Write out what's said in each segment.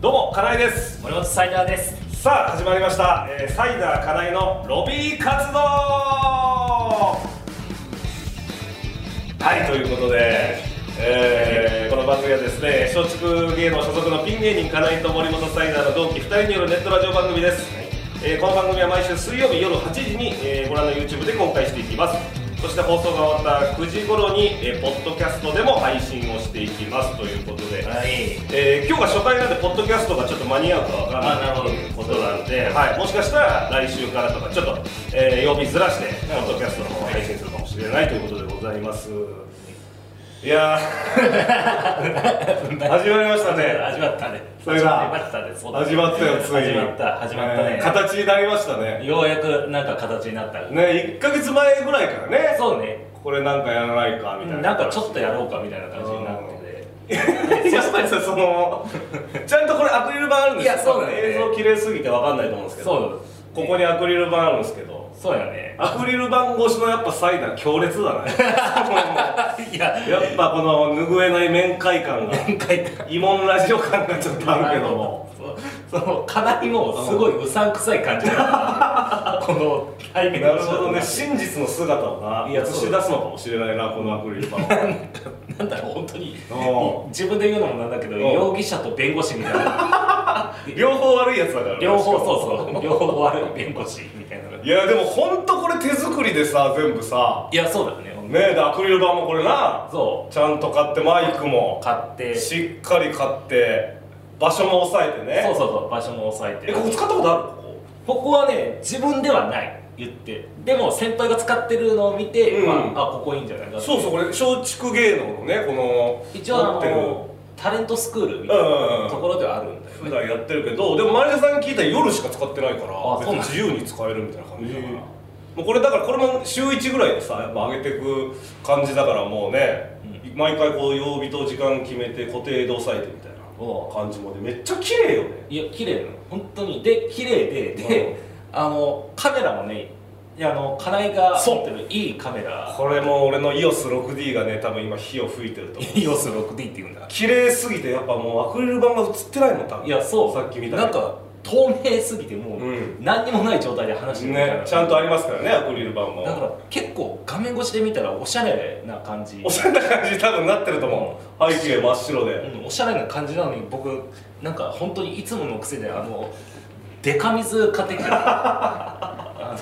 どうも、かなえです。森本サイダーですさあ、始まりました。えーサイダーかなえのロビー活動。はい、ということで。えーこの番組はですね松竹芸能所属のピン芸人かなえと森本サイダーの同期2人によるネットラジオ番組です、えーこの番組は毎週水曜日夜8時に、えーご覧の YouTube で公開していきますそして放送が終わった9時頃に、えーポッドキャストでも配信をしていきますということで、いえー今日が初回なんで、ポッドキャストがちょっと間に合うかわからあななるいほとどいうことなんで、はい、もしかしたら来週からとか、ちょっと、えー曜日ずらして、ポッドキャストの方を配信するかもしれないということでございます。いやー、始まりましたね。 始まったねそれが始まったねそうだね始まったよ、ついに。始まった始まったねえー形になりましたね。ようやくなんか形になったね、1ヶ月前ぐらいからね、そうねこれなんかやらないかみたいな。なんかちょっとやろうかみたいな感じになってやっぱりさその ちゃんとこれアクリル板あるんですよいやそうだね映像綺麗すぎてわかんないと思うんですてけどそうここにアクリル板あるんですけどそうやねアクリル板越しのやっぱサイダー強烈 だねいややっぱこの拭えない面会感が何回か慰問ラジオ感がちょっとあるけどもそその課題もすごいうさんくさい感じだ ったこの対な面るほどね真実の姿をないや映し出すのかもしれないなこのアクリル板 はなんだろう本当にお自分で言うのもなんだけどん容疑者と弁護士みたいな両方悪いやつだからね両方しかもそうそう両方悪い弁護士みたいなのがいやでもほんとこれ手作りでさ全部さいやそうだねねえでアクリル板もこれなそちゃんと買ってマイクもう買ってそうしっかり買って場所も押さえてねそうそう場所も押さええてここ使ったことあるこここはね自分ではない言ってでも先輩が使ってるのを見て、うんまあ、あここいいんじゃないかこってそうそうこれ松竹芸能のねこの一応あ持ってるのタレントスクールみたいなうんうんうんところではあるんだよ普段やってるけどでもマネージャーさんに聞いたら夜しか使ってないからあ別そうになんだ自由に使えるみたいな感じだからへえもうこれだからこれも週1ぐらいでさやっぱ上げてく感じだからもうね、毎回こう曜日と時間決めて固定で押さえてみたいなおう感じもでめっちゃ綺麗よねいや綺麗なの本当にで綺麗でで、あのカメラもねいやあの金井がそう持ってるいいカメラこれも俺の EOS6D がね多分今火を吹いてると思う EOS6D っていうんだ綺麗すぎてやっぱもうアクリル板が映ってないもん多分いやそうさっき見たなんか透明すぎてもう、うん何にもない状態で話してるみたいな、ねちゃんとありますからねアクリル板もだから結構画面越しで見たらおしゃれな感じおしゃれな感じに多分なってると思う背景真っ白で、うんおしゃれな感じなのに僕なんか本当にいつもの癖であのデカ水買ってき ちゃったあの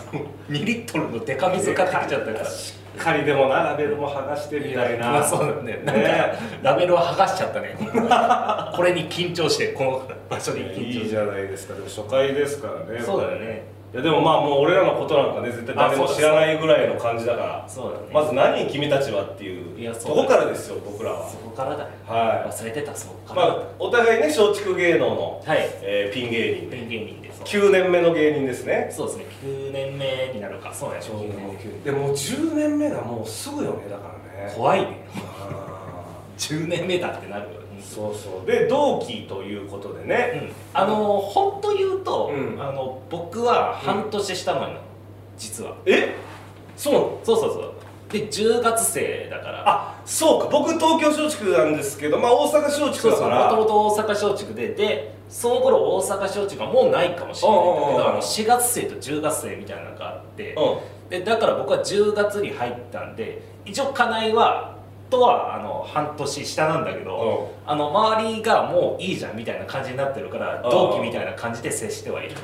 2リットルのデカ水買ってきちゃったからしっかりでもなラベルも剥がしてみたいな、まあそうだねなんかねラベルを剥がしちゃったねこれに緊張してこの場所に緊張していいじゃないですかでも初回ですからねそうだよねいやでもまあもう俺らのことなんかね絶対誰もあそうだ知らないぐらいの感じだからそうだねまず何君たちはっていういやとそうだこからですよ僕らはそこからだねは忘れてたそいこかまら、あお互いね松竹芸能の、はいえーピン芸人でピン芸人です9年目の芸人ですねそうですね9年目になるかそうやね9年で目もう10年目がもうすぐよねだから ね怖いねあ10年目だってなるよーそうそうで同期ということでうね、んあの本当言うと、うんあの僕は半年下なのよ、実はえそうなのそうそうそうで10月生だからあそうか僕東京松竹なんですけどまあ大阪松竹そうだそかうらもともと大阪松竹ででその頃大阪松竹がもうないかもしれないんだおうおけうおうどあの4月生と10月生みたいなのがあって、うでだから僕は10月に入ったんで一応金井はとはあの半年下なんだけど、あの周りがもういいじゃんみたいな感じになってるからうん同期みたいな感じで接してはいるん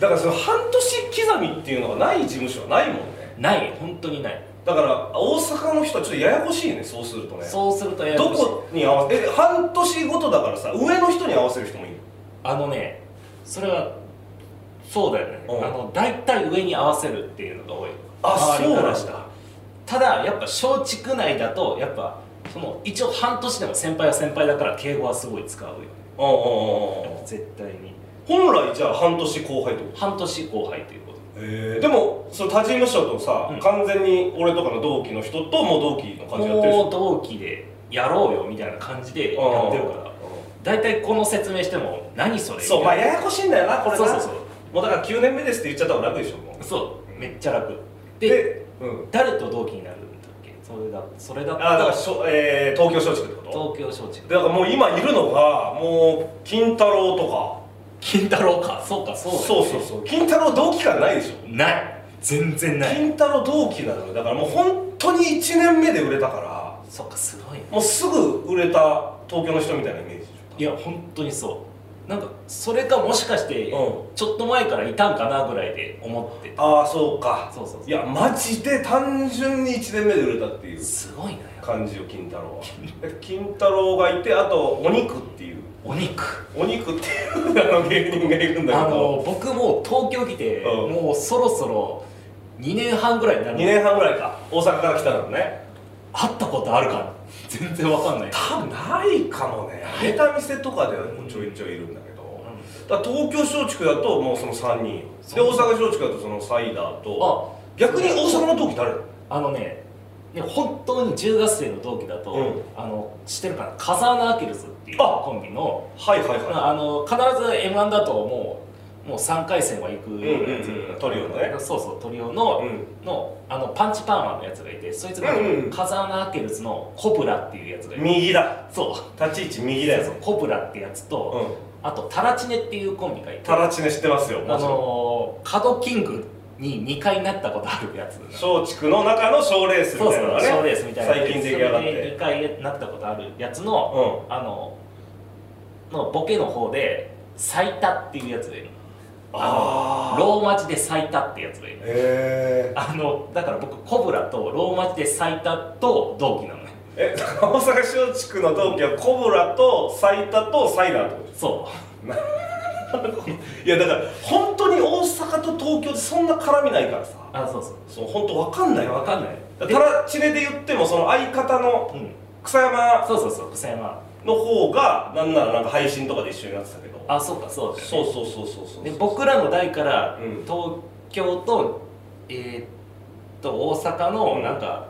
だからその半年刻みっていうのがない事務所はないもんねない本当にないだから大阪の人はちょっとややこしいねそうするとねそうするとややどこしいこに合わせえ半年ごとだからさ上の人に合わせる人もいるあのねそれはそうだよね、うんあの大体上に合わせるっていうのが多いあ周りからそうなんだただやっぱ松竹内だとやっぱその一応半年でも先輩は先輩だから敬語はすごい使うよねうんうんうんうん絶対に本来じゃあ半年後輩ってこと半年後輩ということえーでもその他事務所とさ、うん完全に俺とかの同期の人ともう同期の感じやってるしもう同期でやろうよみたいな感じでやってるから大体この説明しても何それそうまあややこしいんだよなこれなそうそうもうだから9年目ですって言っちゃった方が楽でしょもうそうそうめっちゃ楽でで、うん、誰と同期になるんだっけそそれだそれだったあだかららしょ、えー東京松竹ってこ東京松竹とだからもう今いるのがもう金太郎とか金太郎かそうかそうだそうそうそう金太郎同期感ないでしょない全然ない金太郎同期なのよだからもう本当に1年目で売れたからそっかすごいねもうすぐ売れた東京の人みたいなイメージでしいや本当にそうなんかそれかもしかしうてちょっと前からいたんかなぐらいで思ってょああそうかそうそうそういやマジで単純に1年目で売れたっていうすごいなよ感じよ金太郎は金太郎がいてあとお肉っていうお肉お肉っていうあの芸人がいるんだけどあの僕もう東京来て、うんもうそろそろ2年半ぐらいにな2る年半ぐらいか大阪から来たのね会ったことあるかな全然わかんない多分ないかもねネタ見せとかではもうちょいちょいいるんだけど、だから東京松竹だともうその3人よでそう大阪松竹だとそのサイダーとあ逆に大阪の同期誰だあのねね本当に10月生の同期だと、うんあの知ってるかな風穴アキルズっていうあコンビのはいはいまああの必ず m 1だともうもう3回戦は行くようなやつ、うんうんうんトリオのねそうそうトリオの,、うんのあのパンチパーマのやつがいてそいつが、うんうん風穴アキルズのコブラっていうやつがいて右だそう立ち位置右だよコブラってやつと、うんあとタラチネっていうコンビがいてタラチネ知ってますよもあちろのー、カドキングに2回なったことあるやつん松竹の中の賞ーレースみそうたそいうなのがね賞レースみたいな最近出来上がっそれでて2回なったことあるやつの、うあののボケの方で「最多」っていうやつがいるあーローマ字で「最多」ってやつがいるへあのだから僕コブラとローマ字で「最多」と同期なのねええ大阪松竹の同期はコブラとサイタとサイダーってことそいやだから本当に大阪と東京ってそんな絡みないからさうあそうそうそう本当わかんない分わかんないタでラチネで言ってもその相方のうん草山そうそうそう草山の方がなんならなんか配信とかで一緒になってたけどあそうかそうだよねそうそうそうそうそうで僕らの代からうん東京と,、えーっと大阪うのんなんか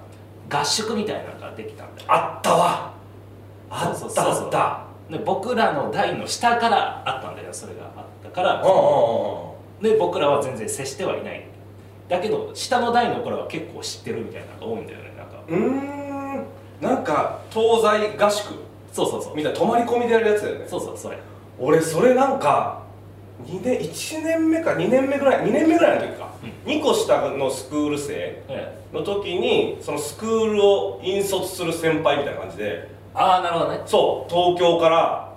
合宿みたいなのができたんだよあったわあったそうそうそうそあうったで僕らの代の下からあったんだよそれがあったかうんらうんで僕らは全然接してはいないだけど下の代の頃は結構知ってるみたいなのが多いんだよねなんかうんうんうーんなんか東西合宿そうそうそうみたいな泊まり込みでやるやつだよねそうそうそれ俺それなんか2年1年目か2年目ぐらい2年目ぐらいの時か、う2個下のスクール生ええの時にそのスクールを引率する先輩みたいな感じでああなるほどねそう東京から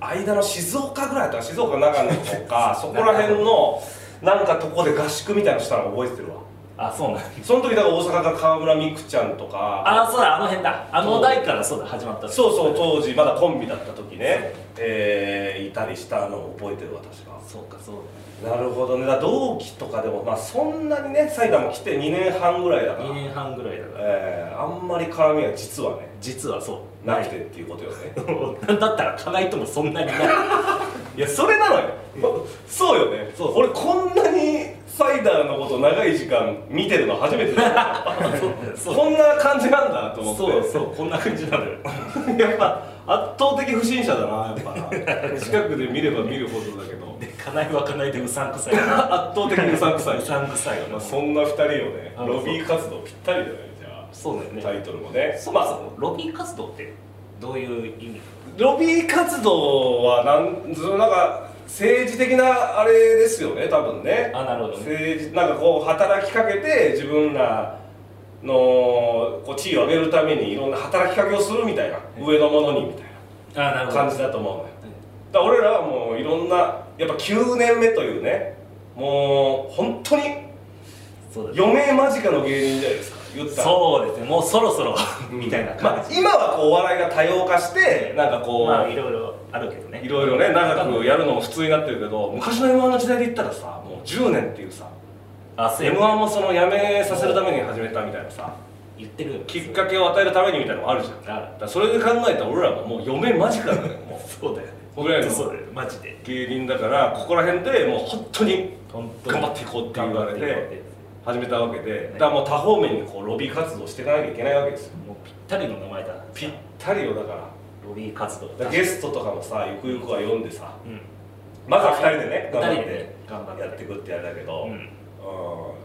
間の静岡ぐらいだったら静岡長野 とかそこら辺のなんかとこで合宿みたいなのしたの覚えてるわあそうなんだその時だから大阪から川村美空ちゃんとかああそうだあの辺だあの代からそうだ始まったそうそう当時まだコンビだった時ねえーいたりしたのを覚えてるわ確かそうかそうなるほどねだから同期とかでもまあそんなにね埼玉来て2年半ぐらいだだから2年半ぐらいだからえー、あんまり絡みは実はね実はそうなくてっていうことよねなんだったら課題ともそんなにないいやそれなのよ そうよねそう俺こんなにサイダーのこと長い時間見てるの初めてだ そうこんな感じなんだと思ってそうそうこんな感じなのよ やっぱ圧倒的不審者だなやっぱな近くで見れば見るほどだけど で課題は課題でうさんくさい圧倒的にうさんくさいうさんくさいよまなあ、そんな2人をねあロビー活動ぴったりだねじゃあそうだよねタイトルもねそもそもロビー活動ってどういう意味ロビー活動はなんそのなんか政治的なあれですよね多分ねあなるほどね政治なんかこう働きかけて自分らのこう地位を上げるためにいろんな働きかけをするみたいな上の者にみたいあななるほど感じだと思うのよだから俺らはもういろんなやっぱ9年目というねもう本当にそうだね余命間近の芸人じゃないですか言ったらそうですねもうそろそろみたいなま感あ、じ今はこうお笑いが多様化してなんかこう、まあいろいろあるけどねいろいろね長くやるのも普通になってるけど昔の m 1の時代で言ったらさもう10年っていうさあそう m や1もその辞めさせるために始めたみたいなさ言ってるよねきっかけを与えるためにみたいなのもあるじゃんだあるからそれで考えたら俺らももう余命間近なのよもそうだよね僕らよりもそうだよねマジでう芸人だからここら辺でもう本当に本頑張っていこうって言われ頑張っていてこ始めたわけでだからもう多方面にこうロビー活動していかなきゃいけないわけですようってもうぴったりの名前だぴったりよだからロビー活動だからゲストとかもさゆくゆくは読んでさうんまずは2人でね二頑張人っでて頑張ってやっていくってあれだけど、うんうん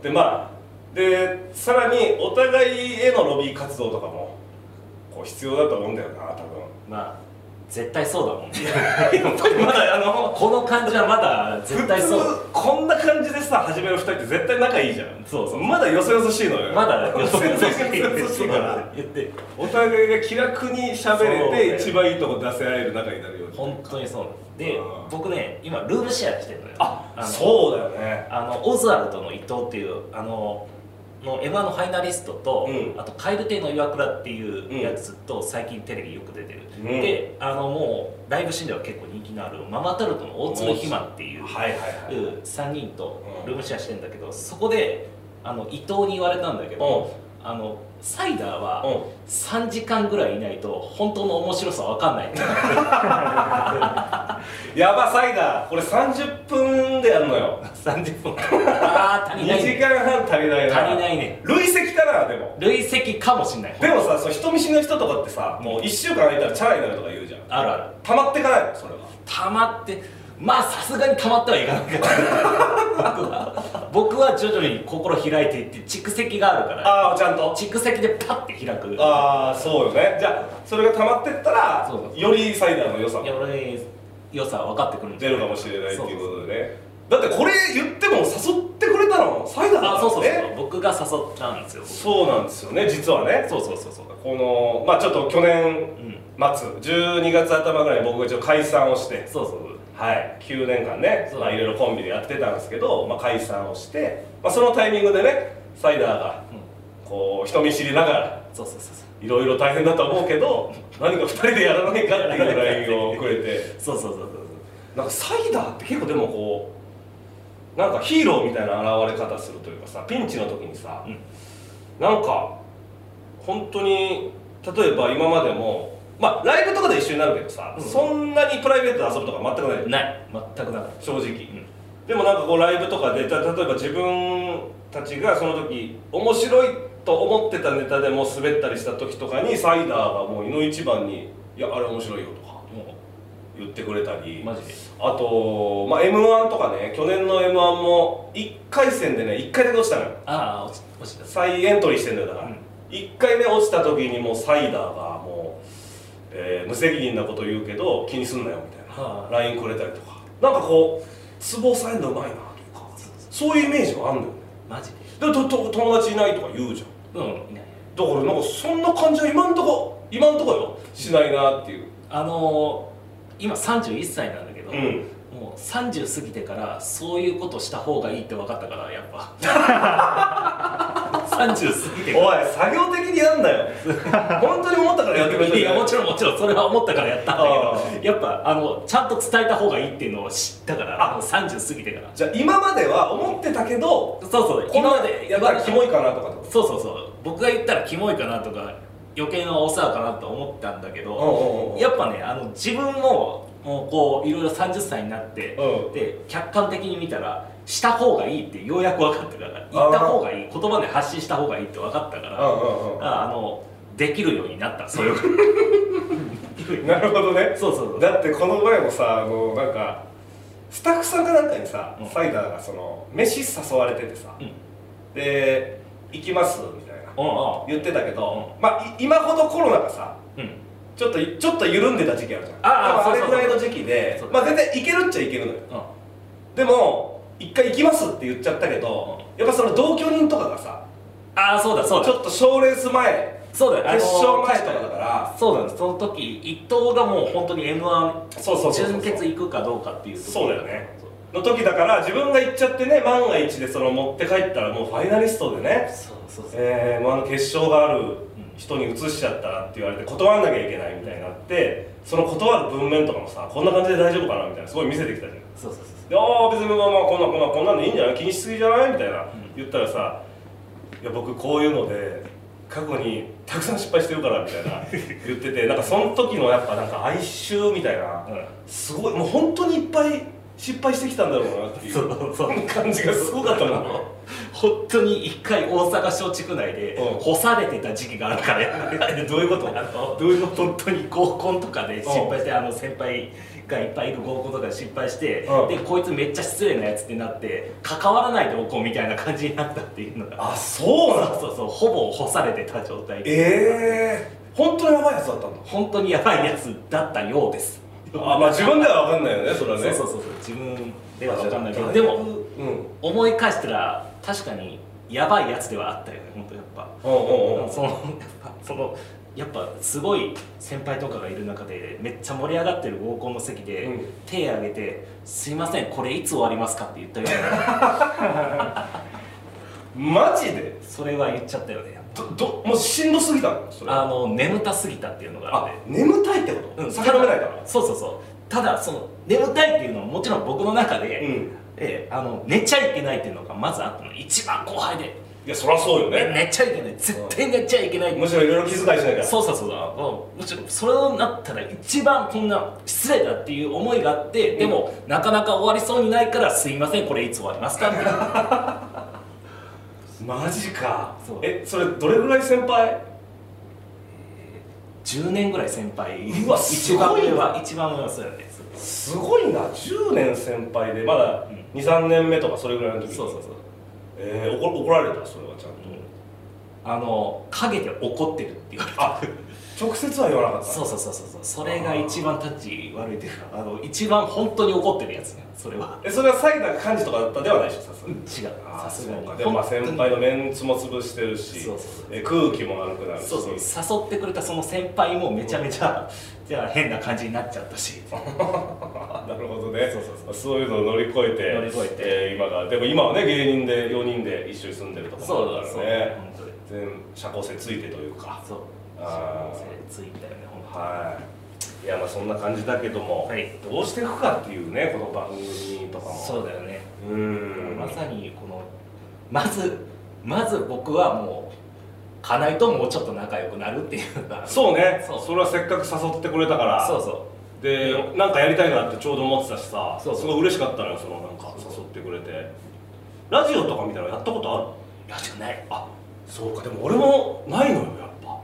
でまあでさらにお互いへのロビー活動とかもこう必要だと思うんだよな多分 まあ絶対そうだもんねやっぱりまだあのこの感じはまだ絶対そう普通こんな感じでさ始める2人って絶対仲いいじゃんそうそうまだよそよそしいのよまだよそよそし いよそよそしいから言ってお互いが気楽に喋そうれねて一番いいとこ出せ合える仲になるように本当にそうなのでうん僕ね今ルームシェアしてるのよのそうだよねあのオズワルドの伊藤っていうあのの m 1のファイナリストと、うんあと蛙亭の岩倉っていんうやつと最近テレビよく出てる、うんであのもうライブシーンでは結構人気のあるママタルトの大鶴ひまっていう、はいはいはい、 3人とうんルームシェアしてんだけどそこであの伊藤に言われたんだけど、あのサイダーは、うん3時間ぐらいいないと本当の面白さわかんないやばサイダーこれ30分でやるのよ30分ああ足2りない時ね間半足りないな足りないね累積かなでも累積かもしんないでもさそう人見知りの人とかってさもう1週間空いたらチャラになるとか言うじゃんあるある溜まってかないのそれは溜まってまあさすがに溜まってはいかないから 僕は僕は徐々に心開いていって蓄積があるからああちゃんと蓄積でパッて開くああそうよねじゃあそれが溜まってったらそうそうよりサイダーの良さいやも俺ね良さは分かってくるん出るかもしれないっていうとことでねだってこれ言っても誘ってくれたのもサイダーだあそうそうそうね僕が誘ったんですよそうなんですよね実はねそうそうそうそうこのまあちょっと去年うん末12月頭ぐらいに僕が一応解散をしてそうそうはい、9年間ね、そうまあ、いろいろコンビでやってたんですけど、まあ、解散をして、まあ、そのタイミングでねサイダーがうんこう人見知りながらそうそうそうそういろいろ大変だと思うけど何か2人でやらないかっていうラインをくれてそうそうそうそうなんかサイダーって結構でもこうなんかヒーローみたいな現れ方するというかさピンチの時にさ、うんなんか本当に例えば今までもまあライブとかで一緒になるけどさ、うんそんなにプライベートで遊ぶとか全くないない全くなかっ正直。た、うんでもなんかこうライブとかでた例えば自分たちがその時面白いと思ってたネタでも滑ったりした時とかにサイダーがもういの一番に「いやあれ面白いよ」とかも言ってくれたりうマジであと、まあ、m 1とかね去年の m 1も1回戦でね1回だけ落ちたのよああ落ち落ちた再エントリーしてんだよだから、うん1回ね落ちた時にもうサイダーがもう、えー無責任なこと言うけど気にすんなよみたいなは LINE くれたりとかなんかこうツボ押さえるのうまいなとかそういうイメージがあるんだよねマジででとと友達いないとか言うじゃんうんいないだからなんかそんな感じは今んとこ今んとこよしないなっていうあのー、今31歳なんだけど、うんもう30過ぎてからそういうことした方がいいって分かったからやっ ぱ30過ぎてかおい作業的にやんな よ本当に思ったからやってくれたらいんだやよもちろんもちろんそれは思ったからやったんあだけどやっぱあのちゃんと伝えた方がいいっていうのを知ったからああの30過ぎてからじゃあ今までは思ってたけどそうそうこん今なまでやったらキモいいかなとかってことそうそうそう僕が言ったらキモいかなとか余計なお世話かなと思ったんだけうどんうんうんやっぱねあの自分ももうこういろいろ30歳になって、うんで客観的に見たらした方がいいってようやく分かったから言った方がいい言葉で発信した方がいいって分かったから、うんうんああのできるようになったそれをそううんなるほどね そうそうだってこの前もさあのなんかスタッフさんかなんかにさ、うんサイダーがその飯誘われててさ、うんで「行きます」みたいなうん言ってたけど、まあい今ほどコロナがさうんうんちょっとちょっと緩んでた時期あるじゃんあであもあれそうぐそうらそういの時期でそうまあ全然行けるっちゃ行けるのようでんも一回行きますって言っちゃったけど、やっぱその同居人とかがさああそうだそうちだょっと賞レース前そうだあの決勝前とかだからそうだねその時伊藤がもう本当に m そうそうそう1そう純潔行くかどうかっていうところそうだよねの時だから自分が行っちゃってね万が一でその持って帰ったらもうファイナリストでねそうそうそうえー、もうあの決勝がある人に移しちゃったらって言われて断んなきゃいけないみたいになってその断る文面とかもさこんな感じで大丈夫かなみたいなすごい見せてきたじゃんそうそうそうでああ別にまあまあこんなこんなこんなのいいんじゃない気にしすぎじゃないみたいな、ん言ったらさ「いや僕こういうので過去にたくさん失敗してるから」みたいな言っててなんかその時のやっぱなんか哀愁みたいな、うんすごいもう本当にいっぱい失敗してきたんだろうなっていうそうそう感じがすごかったな本当に一回大阪松竹内でうん干されてた時期があるか らどういうことあのどういうの本当に合コンとかで失敗してあの先輩がいっぱいいる合コンとかで失敗して、うんでこいつめっちゃ失礼なやつってなって関わらないでおこうみたいな感じになったっていうのがあそうなのそうそうそうほぼ干されてた状態ええー、本当にやばいやつだったんだ本当にやばいやつだったようですあまあ自分では分かんないよねそれはねそうそうそうそう自分では分かんないけどでもうんうん思い返したら確かにやばいやつではあったよね本当やっぱうんうんそのやっぱそのやっぱすごい先輩とかがいる中でめっちゃ盛り上がってる合コンの席で、うん手挙げて「すいませんこれいつ終わりますか?」って言ったよねマジでそれは言っちゃったよねどどもうしんどすぎたのそれあの眠たすぎたっていうのがあっあて眠たいってこと、うん酒飲めないからそうそうそうただその眠たいっていうのはもちろん僕の中で、うんええあの寝ちゃいけないっていうのがまずあったの一番後輩でいやそりゃそうよえね寝ちゃいけない絶対寝ちゃいけないむしろいろいろ気遣いしなきゃそうそうそうだうんむしろそれになったら一番こんな失礼だっていう思いがあって、でもなかなか終わりそうにないから「すいませんこれいつ終わりますか?」っていうマジかそうえそれどれぐらい先輩10年ぐらい先輩うわす一ご番い上なは一番上はそうやねそうすごいな10年先輩でまだうん23年目とかそれぐらいの時そうそうそう、えー、怒怒られたそれはちゃんとうんあの陰で怒ってるって言われたあ直接は言わなかったそうそうそうそうそうそれが一番タッチ悪いというかあの一番本当に怒ってるやつねそれはえそれは埼玉幹事とかだったではないでしょさすが違にうさあすそがうにかでもまあ先輩のメンツも潰してるしそうそうそうえ空気も悪くなるしそうそう誘ってくれたその先輩もめちゃめちゃ、じゃあ変な感じになっちゃったしあなるほどねそうそうそいうのを乗り越えて乗り越えてえー今がでも今はね芸人で4人で一緒に住んでるとかもあるそかうらね本当に全社交性ついてというかそうあーついたよね本当にはいいやまあそんな感じだけども、はいどうしていくかっていうねこの番組とかもそうだよね、うーんまさにこのまずまず僕はもう家内ともうちょっと仲良くなるっていうのがそうねそうそれはせっかく誘ってくれたからそうそうでなんかやりたいなってちょうど思ってたしさそうそうすごい嬉しかったのよそのなんか誘ってくれてラジオとかみたいなのやったことあるラジオないあそうかでも俺もないのよやっぱ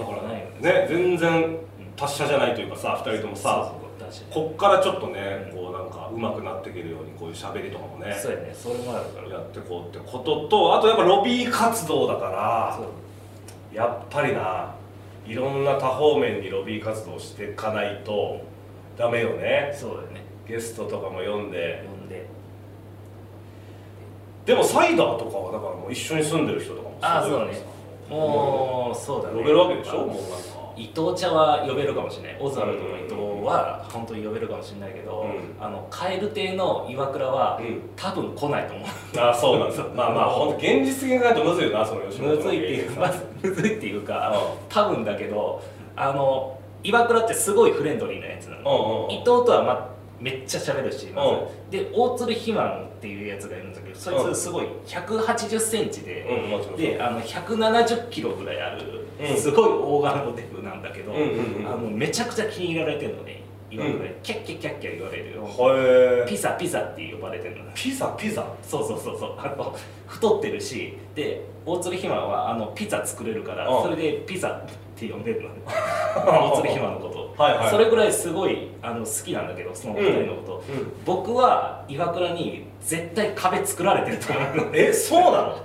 だからないよね全然達者じゃないというかさ2人ともさそうそうそうこっからちょっとねこうなんか上手くなっていけるようにこういう喋りとかもねそうやねそれもあるからやってこうってこととあとやっぱロビー活動だからそうやっぱりないろんな多方面にロビー活動していかないとダメよねそうだよねゲストとかも呼ん呼でんででもサイダーとかはだからもう一緒に住んでる人とかもああすごいかそうらねさもうそうだね呼べるわけでしょもうなんか伊藤茶は呼べるかもしれないオズワルドの伊藤は本当に呼べるかもしれないけど、うんあの蛙亭の岩倉は、うん多分来ないと思うああそうなんですよまあまあ本当現実的に考えるとむずいよなその吉本のむずいっていう芸人まさんずむずいっていうか、うん多分だけどあの岩倉ってすごいフレンドリーなやつなの、うん伊うん藤とは、ま、めっちゃ喋るし、まずうで大鶴ひまんっていうやつがいるんだけどそいつすごい1 8 0ンチで、うんもちろんであの170キロぐらいある、うんすごい大柄のデブなんだけど、うんうんうんあのめちゃくちゃ気に入られてるのね今ぐらい、うキャッキャッキャッキャ言われるよ、へピえザピザって呼ばれてるのピザピ ザそうそうそうそうあの太ってるしで大鶴ひまはあのピザ作れるからうんそれでピザって呼んでるの ねん大鶴ひまのことはいはいそれぐらいすごいあの好きなんだけどその二人のこと、うん僕は岩倉に絶対壁作られてると思うえそうなの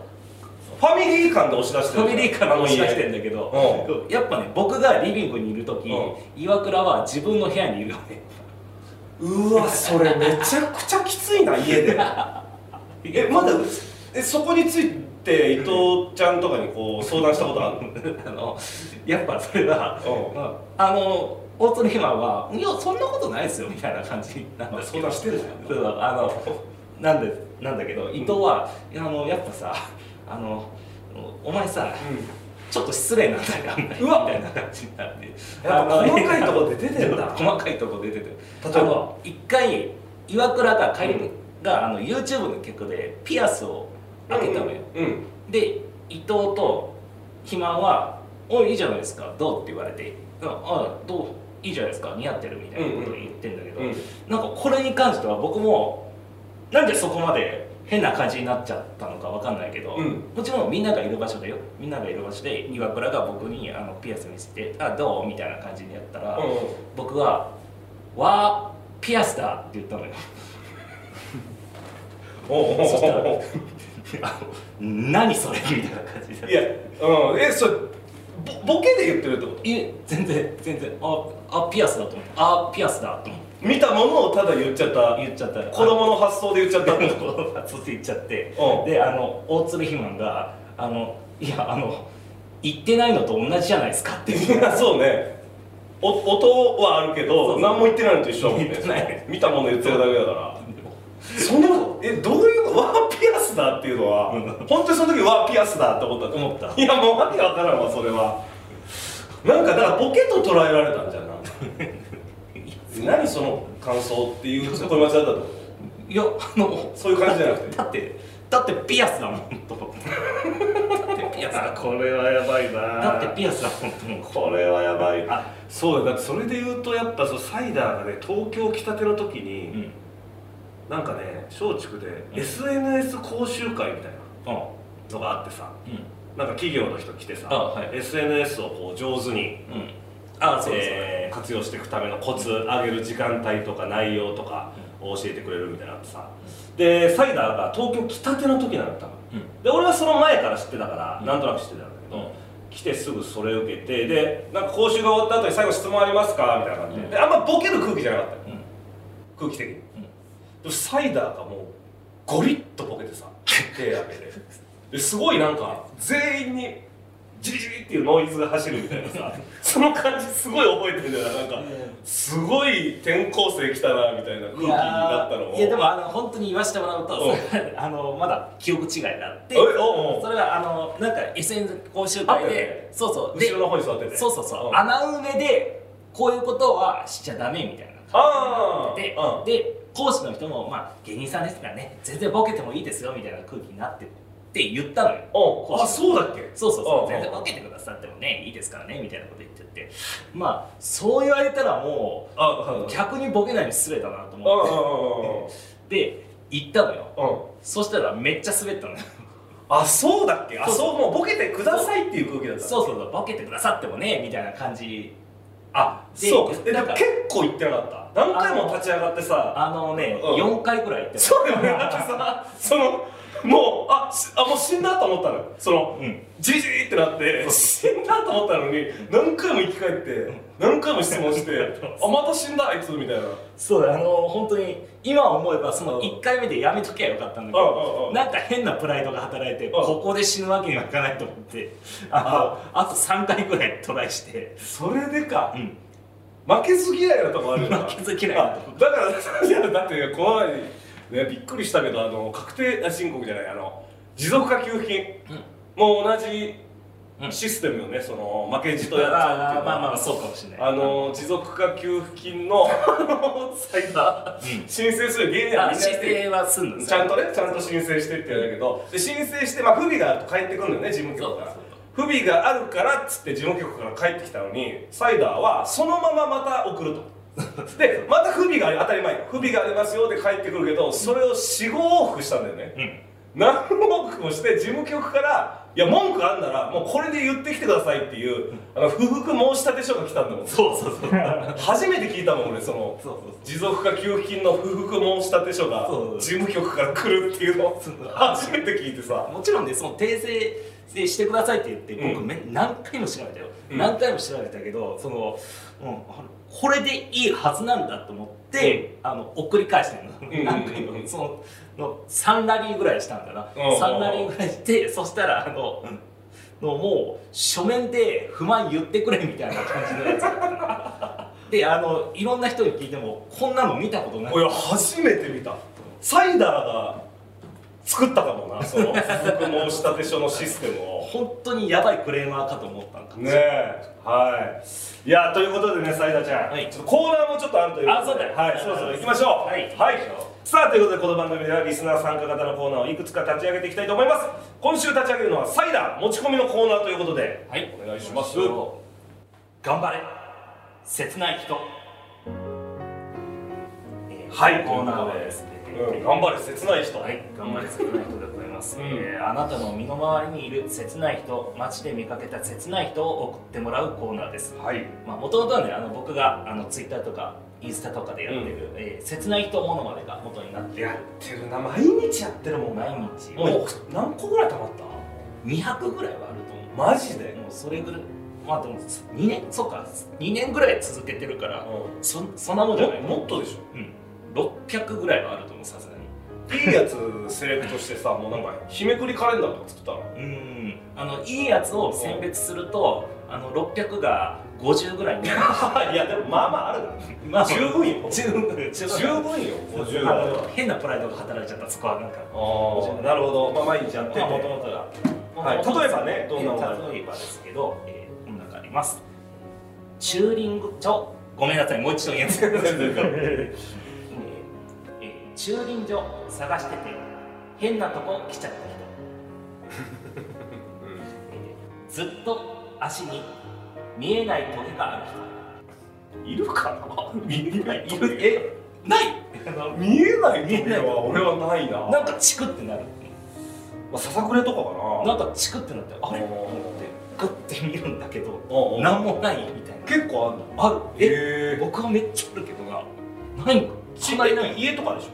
ファミリー感で押し出してファミリーからもし出してるんだけど、やっぱね僕がリビングにいる時、う岩倉は自分の部屋にいるよねうわそれめちゃくちゃきついな家でえまだえそこについて伊藤ちゃんとかにこう相談したことあるのあのやっぱそれは、うんまあ、あの大鶴ひまは「いやそんなことないですよ」みたいな感じなんだけ相ど談してるじゃんそうあのなんでなんだけど伊藤は、いやあのやっぱさあのお前さちょっと失礼なんだよあんまりうわみたいな感じになってやっぱあの細かいとこで出てんだ 細かいとこ出てて例えばあの一回岩倉が帰り、うんがあの YouTube の曲でピアスを開けたのよ、うんで伊藤と肥満は「おいいいじゃないですかどう?」って言われて「うんあどういいじゃないですか似合ってる」みたいなことを言ってんだけど、うんなんかこれに関しては僕もなんでそこまで変な感じになっちゃったのかわかんないけど、うんもちろんみんながいる場所だよみんながいる場所で岩倉が僕にあのピアス見せて「あどう?」みたいな感じでやったら、うん僕は「わーピアスだって言ったのよおうおうおうおうそしたらあの何それみたいな感じでいや、うん、え、それ、ぼボケで言ってるってこといえ全然全然ああピアスだと思ってあピアスだと思って見たものをただ言っちゃった。言っちゃったら子供の発想で言っちゃったってこあそっち行っちゃってうんであの大鶴ひまんが「あのいやあの行ってないのと同じじゃないですか」ってといや、そうね。お音はあるけそうど、そう何も言ってないのと一緒だもんね。言ってない見たもの言ってるだけだから。そのえどう いうワーピアスだっていうのは、う本当にその時ワーピアスだって思った思ったいやもうわけわからんわそれはなんかだからボケと捉えられたんじゃ ない何その感想っていうこれ間違ったといやあのそういう感じじゃなくて だってだってピアスだもんと思ってだってピアスだこれはやばいなだってピアスだもんと思ってこれはやばいあそうだだってそれで言うとやっぱそうサイダーがね東京来たての時に、うんなんかね松竹でうん SNS 講習会みたいなあのがあってさうんなんか企業の人来てさ、あはい SNS をこう上手に、うんあそうです、えー活用していくためのコツ上げる時間帯とか内容とかを教えてくれるみたいなのあってさでサイダーが東京来たての時なんだったのうんで俺はその前から知ってたから、うんなんとなく知ってたんだけど、うん来てすぐそれを受けてでなんか講習が終わった後に最後質問ありますかみたいな感じで,、うんであんまボケる空気じゃなかったようん空気的に、でうんもサイダーがもうゴリッとボケてさ手上げてですごいなんか全員にジリジリっていうノイズが走るみたいなさその感じすごい覚えてるんだよななんかすごい転校生来たなみたいな空気になったのをいやでもあの本当に言わせてもらうと、うんそれはあのまだ記憶違いがあってえおうおうそれはあのなんか SNS 講習あった会よで、ねそうそうで後ろの方に座っててそうそうそう、んあ穴埋めでこういうことはしちゃダメみたいなあで、うんで講師の人も、まあ、芸人さんですからね全然ボケてもいいですよみたいな空気になってって言ったのよおうあそうだっけそうそうそう、うん全然ボケてくださってもねいいですからねみたいなこと言っててまあそう言われたらもあはいはうい逆にボケないの失礼だなとうん思っうてんうんうんで行ったのようんうんそしたらめっちゃ滑ったのよあそうだっけあそうそうもうボケてくださいっていう空気だったそうそうそうボケてくださってもねみたいな感じあでそうえでなもんか結構行ってなかった何回も立ち上がってさあのね、うん4回くらい行ってたそうよねだってさそのもうあしあもう死んだと思ったのよそのうんジリジリってなって死んだと思ったのに何回も生き返って何回も質問して 「あまた死んだあいつ」みたいなそうだあの本当に今思えばそのうん1回目でやめときゃよかったんだけうんうんうどんなんか変なプライドが働いてんここで死ぬわけにはいかないと思ってあのあと3回ぐらいトライしてそれでかうん負けず嫌いなとこあるよな負けず嫌いなあとこだからいやだってこの前ねびっくりしたけどあの確定あ申告じゃないあの持続化給付金もう同じうんシステムよね、その負けじとやっちゃうあっていうのあまはあまあそうかもしれないあの持続化給付金のあのサイダー、うん申請する芸人はあみんなやっ姿てる勢はすんのちゃんとねちゃんと申請してってやるんだけどで申請して、まあ、不備があると帰ってくるんだよね事務局からそうそう不備があるからっつって事務局から帰ってきたのにサイダーはそのまままた送るとでまた不備があり当たり前よ不備がありますよって帰ってくるけどそれを45往復したんだよね、うん何往復もして事務局から「いや文句あんならもうこれで言ってきてください」っていうあの不服申立書が来たんだもんそうそうそうそう初めて聞いたもん俺そのそうそう持続化給付金の不服申立書がそう事務局から来るっていうのをそう初めて聞いてさもちろんねその訂正してくださいって言って僕、うんめ何回も調べたよ、うん何回も調べたけどその、うん、あのこれでいいはずなんだと思って、あの送り返してるの、んうんうん何回もそのの3ラリーぐらいしたんだな、うん3ラリーぐらいしてそしたらあの、のもう書面で不満言ってくれみたいな感じのやつだった であのいろんな人に聞いてもこんなの見たことない俺初めて見たサイダーが作ったかもなその不服申立書のシステムを本当にやばいクレーマーかと思ったんかもしれねないえはいいやということでねサイダちゃん、はいちょっとコーナーもちょっとあるということであそうだはい、そろそろ行きましょうはいさあということでこの番組ではリスナー参加型のコーナーをいくつか立ち上げていきたいと思います今週立ち上げるのはサイダー持ち込みのコーナーということではい、お願いします頑張れ、切ない人。えーはいコーナーはですね。うん頑張れ切ない人はい、頑張れ切ない人でございます、うんえーあなたの身の回りにいる切ない人、街で見かけた切ない人を送ってもらうコーナーです。はいまあ、もともとはね、あの僕があのツイッターとかインスタとかでやってる、うんえー切ない人ものまでが元になってるやってるな毎日やってるもん毎な日ももうう何個ぐらい溜まっ200ぐらいはあると思うたマジで、もうそれぐらいまあでも2年そうか2年ぐらい続けてるからそそんなもんじゃないももっとでしょうん600ぐらいはあると思うさすがにいいやつセレクトしてさもうなんか日めくりカレンダーとか作ったらうんあのいいやつを選別するとあの600が50ぐらいになるいやでもまあまああるまあ 十分よ十分十十分分よ50あのは変なプライドが働いちゃったそこはなんかああなるほど、まあ、毎日やってて、まあ元々がはい例えばねどんなものえー例えばですけど、えー、こんなのがありますチューリングちょごめんなさいもう一度言います全然全然えー駐輪場探してて変なとこ来ちゃった人、えーずっと足に見えないトゲがあるいるかな見えない 人いるえない あの見えない見えないは俺はないななんかチクってなるまあ、ささくれとかかななんかチクってなってあれあーと思ってグッて見るんだけどうんうんなんもないみたいな結構あるのあへるえ僕はめっちゃあるけどなないんかそんなにない家とかでし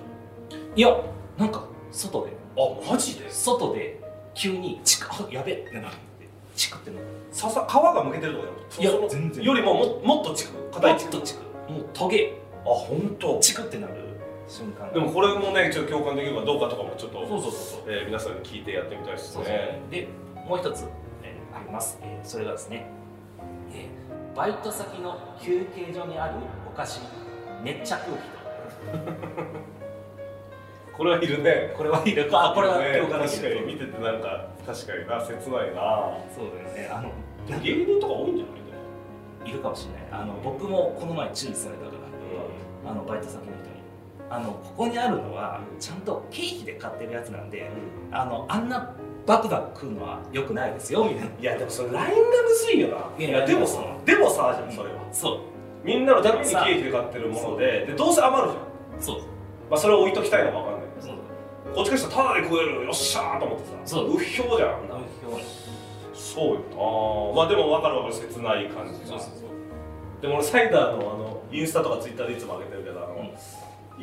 いやなんか外でょあマジで外で急にチクあやべってなってチクってなるささ皮がむけてるとかいじゃやん全然よりもももっとチクも硬いっチクとチクもうトゲあ本当。チクってなる瞬間でもこれもねちょっと共感できればどうかとかもちょっとそうそうそうそうえー皆さんに聞いてやってみたいですそうそうね。でもう一つ、えーあります、えーそれがですね、えーバイト先の休憩所にあるお菓子めっちゃ食うこれはいるね。人これはいるかあこれはね共感でき確かるに見ててなんか確かにな切ないな。そうだよねあの芸人とか多いんじゃないでもいるかもしれないあの僕もこの前注意されたから、あのバイト先の人にあのここにあるのはちゃんと経費で買ってるやつなんであのあんなバクバク食うのはよくないですよみたいないやでもそれラインがむずいよな。いやいやでもさでもさじゃんそれは。そうみんなのために経費で買ってるものででどうせ余るじゃん。そうまあそれを置いときたいのはわかんないけどそうこっちからしたらただで食えるよっしゃーと思ってさ。そううひょうじゃん。そうよな。まあでもわかるわかる切ない感じが。でも俺サイダーのあのインスタとかツイッターでいつも上げてるけどあの、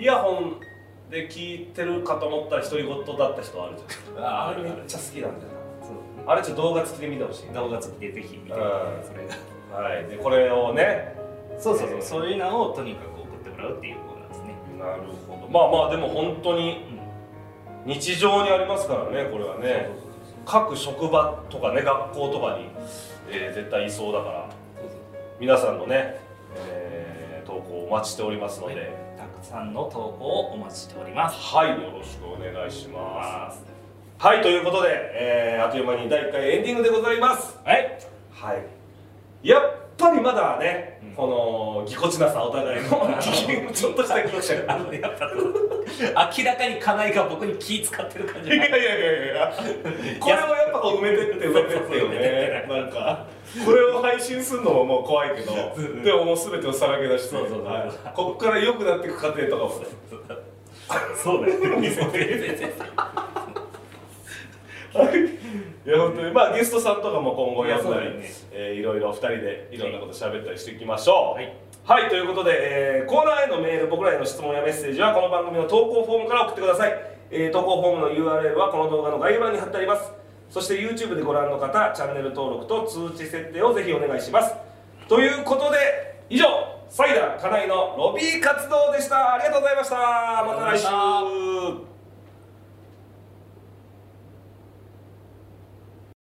イヤホンで聞いてるかと思ったら独り言だった人あるじゃんああるめっちゃ好きなんだよそうなあれちょっと動画付きで見てほしいな動画付きでぜひ見てくだうんさいそれがはいでこれをねそうそうそえーうそういうのをとにかく送ってもらうっていうコーナーですねなるほどまあまあでも本当に日常にありますからねこれはね各職場とかね学校とかに、えー絶対いそうだから皆さんのね、えー投稿お待ちしておりますのはで、いたくさんの投稿をお待ちしておりますはい、よろしくお願いします。はい、ということで、えーあっという間に第1回エンディングでございます。はいはい。やっぱりまだね、うんこのぎこちなさ、お互い の、ちょっとしたぎこちなあさ。のやっぱ明らかに金井が僕に気使ってる感いじやがいやいやいや、これをやっぱこう埋め てって埋めてってよね、なんか、これを配信するのももう怖いけど、でももう全てをさらけ出して、そうそうそうはいここから良くなっていく過程とかも、そ うだよねいや本当にまあゲストさんとかも今後やったいやそうだり、よねえーいろいろ2人でいろんなこと喋ったりしていきましょうはい、はいということで、えーコーナーへのメール僕らへの質問やメッセージはこの番組の投稿フォームから送ってください、えー投稿フォームの URL はこの動画の概要欄に貼ってありますそして YouTube でご覧の方チャンネル登録と通知設定をぜひお願いしますということで以上サイダー金井のロビー活動でしたありがとうございましたまた来ありがとう週